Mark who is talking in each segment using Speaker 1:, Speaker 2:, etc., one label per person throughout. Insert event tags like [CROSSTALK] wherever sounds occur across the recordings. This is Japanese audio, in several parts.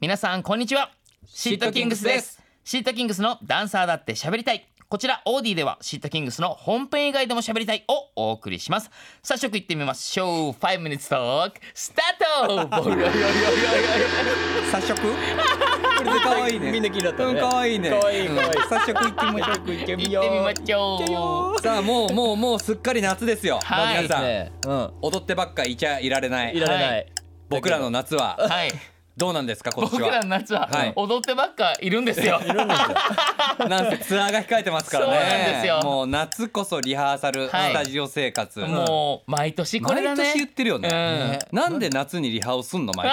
Speaker 1: 皆さんこんにちはシットキングスですシットキングスのダンサーだって喋りたいこちらオーディではシットキングスの本編以外でも喋りたいをお送りします早速行ってみましょう5 minutes talk スタートボロヨヨヨヨ
Speaker 2: 早速これで可愛いね
Speaker 3: みんな気になった
Speaker 2: うん
Speaker 3: ね。
Speaker 2: 可愛いね
Speaker 3: 可愛い可愛い。
Speaker 2: 早速行ってみましょう行って
Speaker 1: 行っ
Speaker 2: み
Speaker 1: て
Speaker 2: よ
Speaker 1: み
Speaker 2: う
Speaker 1: ましょう
Speaker 2: さあもうもうもうすっかり夏ですよ、
Speaker 1: はい
Speaker 2: もう皆さん、
Speaker 3: ね
Speaker 2: うん、踊ってばっかいちゃいられない
Speaker 3: いられ
Speaker 1: は
Speaker 3: ないい。
Speaker 2: 僕らの夏は
Speaker 1: はい
Speaker 2: どうなんですか今
Speaker 1: 僕
Speaker 2: 年
Speaker 1: ら
Speaker 2: は
Speaker 1: の夏は
Speaker 2: はい
Speaker 1: 踊ってばっかいるんですよ
Speaker 2: なんせツアーが控えてますからね
Speaker 1: そうなんですよ
Speaker 2: もう夏こそリハーサル、
Speaker 1: はい
Speaker 2: スタジオ生活
Speaker 1: もう毎年これだ
Speaker 2: 毎
Speaker 1: ね
Speaker 2: 年言ってるよね
Speaker 1: うん
Speaker 2: ねなんで夏にリハをすんの毎
Speaker 1: [LAUGHS]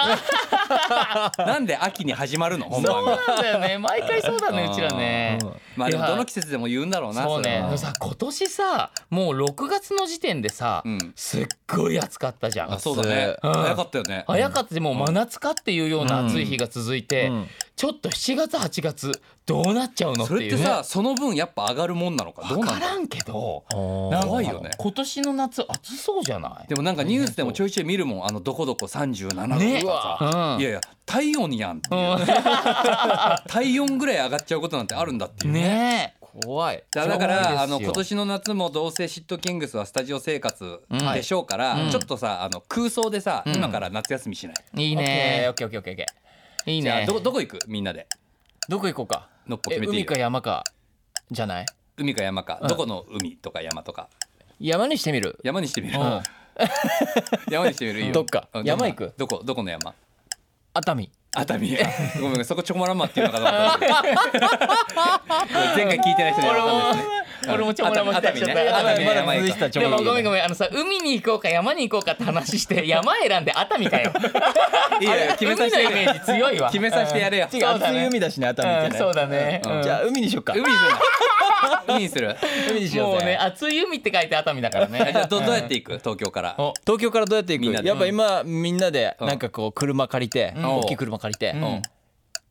Speaker 2: 回なんで秋に始まるの本
Speaker 1: そ
Speaker 2: 番
Speaker 1: う
Speaker 2: が
Speaker 1: なんだよね毎回そうだねうちらね
Speaker 2: うんまあでも
Speaker 1: いや
Speaker 2: どの季節でも言うんだろうな
Speaker 1: そう
Speaker 2: れ
Speaker 1: ね
Speaker 2: は
Speaker 1: でもさ今年さもう6月の時点でさ、
Speaker 2: うん
Speaker 1: すっごい暑かったじゃん
Speaker 2: あそうだね
Speaker 1: うん
Speaker 2: 早かったよね
Speaker 1: 早かったでもう真夏かっていうような暑い日が続いて、
Speaker 3: うん
Speaker 1: ちょっと7月8月どうなっちゃうのって
Speaker 2: それっ
Speaker 1: い
Speaker 2: て
Speaker 1: うね
Speaker 2: さその分やっぱ上がるもんなのかどう
Speaker 1: 分
Speaker 2: な
Speaker 1: か
Speaker 2: んだろ
Speaker 1: ら
Speaker 2: うん
Speaker 1: けど
Speaker 3: なん
Speaker 2: 怖いよね
Speaker 1: 今年の夏暑そうじゃない
Speaker 2: でもなんかニュースでもちょいちょい見るもんあのどこどこ37度とか
Speaker 1: ね
Speaker 2: さ
Speaker 1: うん
Speaker 2: いやいや体温やんっていう [LAUGHS] 体温ぐらい上がっちゃうことなんてあるんだっていう
Speaker 1: ねえ
Speaker 3: 怖い。
Speaker 2: だだか
Speaker 1: そう
Speaker 2: ら
Speaker 1: な
Speaker 2: あ
Speaker 1: んですよ
Speaker 2: の今年の夏もどうせシットキングスはスタジオ生活
Speaker 1: ん
Speaker 2: でしょうから、ちょっとさあの空想でさ、今から夏休みしない、
Speaker 1: いいねオッケーオッケーオッケーオッケーいい
Speaker 2: じゃあ
Speaker 1: ね
Speaker 2: どこどこ行くみんなで
Speaker 1: どこ行こうか
Speaker 2: のっぽ
Speaker 1: え
Speaker 2: 決めていい
Speaker 1: 海
Speaker 2: よ
Speaker 1: か山かじゃない
Speaker 2: 海か山か、どこの海とか山とか
Speaker 3: 山にしてみる。
Speaker 2: 山にしてみる、
Speaker 1: うん
Speaker 2: 山にしてみるいいよ
Speaker 3: どっか
Speaker 2: うん
Speaker 3: 山行く
Speaker 2: どこどこの山
Speaker 3: 熱海。
Speaker 2: 熱海ごめんそこチョコマランマっていうのかなと思った前回聞いてない人には分かんないですね
Speaker 1: 俺もちょっと
Speaker 2: 熱海ね
Speaker 3: まだ
Speaker 2: 熱海ね山
Speaker 3: まだ
Speaker 2: 行
Speaker 3: 続
Speaker 2: く
Speaker 3: いてたちょ
Speaker 1: で
Speaker 3: うど
Speaker 1: もごめんごめんあのさ海に行こうか山に行こうかって話 [LAUGHS] して山選んで熱海かよ
Speaker 2: いいよいいよ決めさせて
Speaker 1: 海のイ
Speaker 2: や
Speaker 1: メ
Speaker 2: れ
Speaker 1: ージ強いわ
Speaker 2: 決めさせてやれよ
Speaker 3: 違う熱い海だしね熱海っ
Speaker 1: うん
Speaker 3: て
Speaker 1: そう
Speaker 3: ね。
Speaker 1: だね、
Speaker 2: うん
Speaker 1: うん
Speaker 3: じゃあ海にしようか
Speaker 2: 海。にする海にする
Speaker 3: 海にしよ
Speaker 1: も
Speaker 3: う
Speaker 1: うね
Speaker 3: ぜ。
Speaker 1: 熱い海って書いて熱海だからね
Speaker 2: じゃあどどうやって行く東京から
Speaker 1: お
Speaker 3: 東京からどうやって
Speaker 2: みん
Speaker 3: 行
Speaker 2: な
Speaker 3: く？
Speaker 2: で
Speaker 3: やっぱ今みんなで
Speaker 2: うん
Speaker 3: なんかこう車借りて、
Speaker 2: ん
Speaker 3: 大きい車借りて、
Speaker 1: ん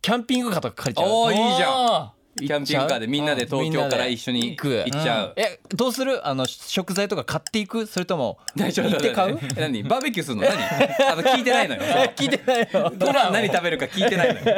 Speaker 3: キャンピングカーとか借りちゃ
Speaker 2: おー
Speaker 3: う。
Speaker 2: いいじゃん
Speaker 1: ゃ
Speaker 2: キャンピングカーでみんなで東京から一緒に
Speaker 3: 行く
Speaker 2: 行っちゃう。
Speaker 3: えどうする？あの食材とか買っていく？それとも
Speaker 2: 大丈夫
Speaker 3: 行って買う？
Speaker 2: え何バーベキューするの何あの聞いてないのよ。
Speaker 3: 聞いてない [LAUGHS] よ。
Speaker 2: ご飯何食べるか聞いてないの
Speaker 3: [LAUGHS]
Speaker 2: よ。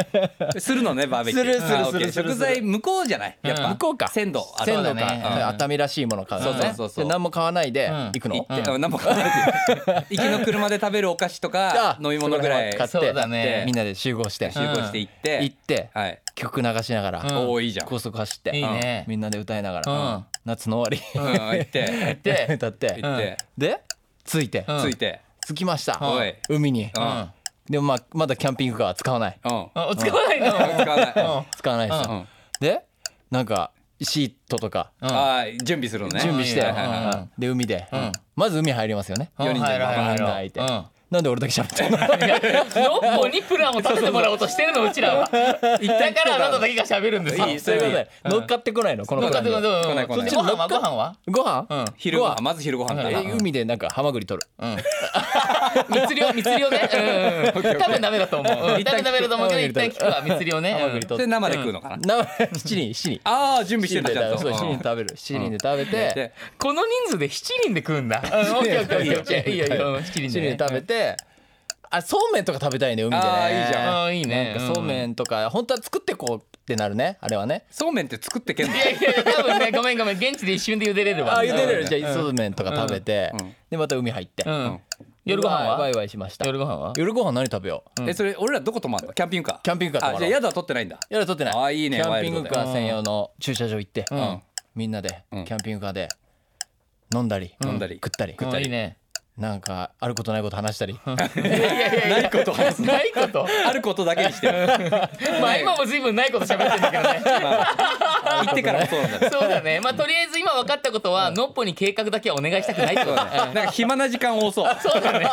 Speaker 2: するのねバーベキュー。
Speaker 3: するする
Speaker 2: あオッケー
Speaker 3: するする
Speaker 2: 食材向こうじゃないやっぱ。
Speaker 3: 向こうか
Speaker 2: 鮮度ある
Speaker 3: 鮮度
Speaker 1: そうだね
Speaker 3: か、うん熱海らしいもの買うの
Speaker 2: そうそう
Speaker 3: ね
Speaker 2: そうそう
Speaker 3: で何も買わないで
Speaker 1: ん
Speaker 3: 行くの、
Speaker 2: 行って、何も買わないで行きの車で食べるお菓子とか
Speaker 3: あ
Speaker 2: 飲み物ぐらい
Speaker 3: 買って
Speaker 1: そうだね
Speaker 3: みんなで集合して
Speaker 2: 集合して行って、
Speaker 3: 行って、
Speaker 2: はい。
Speaker 3: 曲流しながら、
Speaker 1: うん
Speaker 2: おおいいじゃん。
Speaker 3: 高速走って
Speaker 1: いいね
Speaker 3: みんなで歌いながら、
Speaker 1: うん
Speaker 3: 夏の終
Speaker 2: うん
Speaker 3: わ
Speaker 2: 行って
Speaker 3: [LAUGHS] り、
Speaker 1: で
Speaker 3: 歌って、
Speaker 2: 行って
Speaker 3: で着いて、
Speaker 1: うん
Speaker 2: ついて。
Speaker 3: 着きました、
Speaker 2: おい
Speaker 3: 海に、
Speaker 2: うん
Speaker 1: ん
Speaker 3: でもまあまだキャンピングカーは使わない
Speaker 2: うん。うん
Speaker 1: あ使わないの
Speaker 2: 使わない。うん
Speaker 3: 使わないですよ、
Speaker 2: うん
Speaker 3: でなんかシートとか
Speaker 1: うん
Speaker 2: あー準備するのね。
Speaker 3: 準備して、
Speaker 2: はいはいはい
Speaker 1: うん
Speaker 3: で海で、まず海入りますよね、
Speaker 1: うん
Speaker 2: 四人で
Speaker 1: 入ろう
Speaker 3: バーン
Speaker 1: 入
Speaker 3: と
Speaker 1: ろう
Speaker 3: 開いて、
Speaker 1: うん
Speaker 3: なんで俺だけ喋ってんの
Speaker 1: いやノッポにプランを立ててもらおうとしてるのうちらはだからあなただけが喋るんですよ
Speaker 2: いい
Speaker 3: そういうことで乗っかってこないのこの
Speaker 1: どう
Speaker 3: プ
Speaker 1: か
Speaker 3: ラン
Speaker 1: ど
Speaker 3: に
Speaker 1: う
Speaker 3: は
Speaker 1: かどう
Speaker 2: 来ない
Speaker 1: か
Speaker 2: 来
Speaker 1: そ
Speaker 2: な
Speaker 1: っ
Speaker 2: い
Speaker 1: ちご飯はご飯は
Speaker 3: ご飯、
Speaker 2: 昼ご飯まず昼ご飯か
Speaker 3: え
Speaker 2: ら。
Speaker 3: 海でなんかハマグリ取る、
Speaker 1: 密漁密 [LAUGHS] 漁ねうん多分ダメだと思ううん多分ダメだと思うけど一
Speaker 3: 一
Speaker 1: 旦
Speaker 3: 旦
Speaker 1: 聞くわ密漁ね
Speaker 3: ハマグリ
Speaker 2: そ
Speaker 3: 取
Speaker 2: れ
Speaker 3: って
Speaker 2: 生で食うのかな。
Speaker 3: な [LAUGHS] 七人七人
Speaker 2: ああ準備して
Speaker 3: 七
Speaker 2: るんだちゃんと。
Speaker 3: 人でそう七人で食べる七人で食べて
Speaker 2: で
Speaker 1: この人数で7人で食うんだ。 [LAUGHS] うん、オッケーオッケーオッケー。いいよいいよ、7人で
Speaker 3: 七人
Speaker 1: ね。
Speaker 3: で食べてあそうめんとか食べたいね海でね
Speaker 2: あーいいじ
Speaker 1: う
Speaker 2: ゃ
Speaker 1: ん、いいね。
Speaker 3: なんかそうめんとか本当は作ってこうってなるねあれはね
Speaker 2: そうめんって作ってけんの
Speaker 1: い。やいや、多分ね、ごめんごめん、現地で一瞬で茹でれるわ。
Speaker 3: あ茹でれるじゃあそうめんとか食べて、でまた海入って、
Speaker 1: うん。夜ご飯
Speaker 3: ワイ
Speaker 1: は
Speaker 3: ワイしました
Speaker 1: 夜ご飯は
Speaker 3: 夜ご飯何食べよう
Speaker 2: えそれ俺らどこ泊まるの？キャンピングカー。
Speaker 3: キャンピングカー泊
Speaker 2: あ
Speaker 3: ま
Speaker 2: じ
Speaker 3: ろ
Speaker 2: ゃあ
Speaker 3: う
Speaker 2: 宿は取ってないんだ。
Speaker 3: 夜撮ってない
Speaker 2: あーいいね
Speaker 3: キャンピングカ
Speaker 2: ワイルド
Speaker 3: ー専用の駐車場行って、
Speaker 2: ん
Speaker 3: みんなでキ
Speaker 2: ん
Speaker 3: ャンピングカーで飲んだり、
Speaker 2: 飲んだり
Speaker 3: 食ったり、
Speaker 1: うんいいね。
Speaker 3: なんかあることないこと話したり、
Speaker 1: いやいやいや、
Speaker 2: ないことを話す
Speaker 1: [LAUGHS]
Speaker 2: の。
Speaker 1: ないこと。
Speaker 2: あることだけにしてる。
Speaker 1: まあ今も随分ないこと喋ってんだけどね。 [LAUGHS]
Speaker 2: 行ってからもそうなんだ。
Speaker 1: そうだね。まあとりあえず今分かったことは、のっぽに計画だけはお願いしたくないってことだね。
Speaker 2: なんか暇な時間多そう。
Speaker 1: そうだね。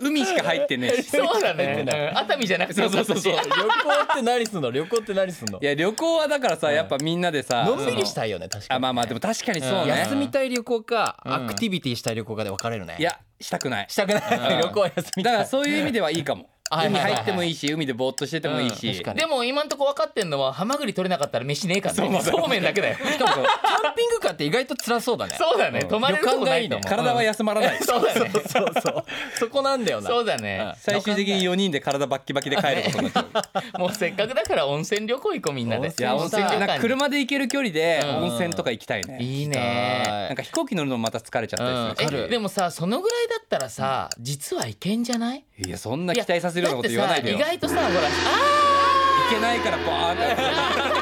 Speaker 2: 海しか入ってねえし。
Speaker 1: そうだね。うん熱海じゃなくて
Speaker 2: そ
Speaker 1: よ
Speaker 2: う
Speaker 1: か
Speaker 2: そ
Speaker 1: っ
Speaker 2: うそ
Speaker 1: たし
Speaker 2: うそう。。
Speaker 3: 旅行って何すんの旅行って何すんの
Speaker 2: いや旅行はだからさやっぱみんなでさ。
Speaker 3: のんびりしたいよね確か
Speaker 2: あ
Speaker 3: に、
Speaker 2: まあまあでも確かにそう
Speaker 1: あ
Speaker 2: ね
Speaker 3: 休。みたい旅行か、ア [LAUGHS] クティビティしたい旅行かで分かれるね
Speaker 2: いやしたくない。
Speaker 3: したくない、旅行は休み
Speaker 2: だ
Speaker 3: た
Speaker 2: か
Speaker 3: い
Speaker 2: らそういう意味ではいいかも。
Speaker 3: はい
Speaker 2: 海
Speaker 3: はいはい
Speaker 2: 入ってもいいし海でぼーっとしててもいいし、
Speaker 3: うん確かに
Speaker 1: でも今んとこ分かってんのはハマグリ取れなかったら飯ねえからねそうめんだけだよ
Speaker 3: しかもそうキャンピングカーって意外と辛そうだね
Speaker 1: そうだね泊まれるとこないと思
Speaker 3: 旅
Speaker 1: う
Speaker 3: 館がいいの
Speaker 2: 体は休まらない、
Speaker 1: そうだね
Speaker 3: そうそうそこなんだよな
Speaker 1: そうだね
Speaker 2: 最終的に4人で体バッキバキで帰ることになっちゃう
Speaker 1: もうせっかくだから温泉旅行行こうみんなで
Speaker 2: いや温泉なんか車で行ける距離で
Speaker 1: うん
Speaker 2: 温泉とか行きたいね、
Speaker 1: いい
Speaker 3: は
Speaker 1: ね
Speaker 3: い
Speaker 2: なんか飛行機乗るのもまた疲れちゃったり
Speaker 1: う
Speaker 2: す
Speaker 1: ん
Speaker 2: る
Speaker 1: えでもさそのぐらいだったらさ実はいけんじゃない
Speaker 2: しいやそんな期待させるようなこと言わないでよ
Speaker 1: いやだってさ意外とさほらあ
Speaker 2: いけないからバーンって
Speaker 1: ー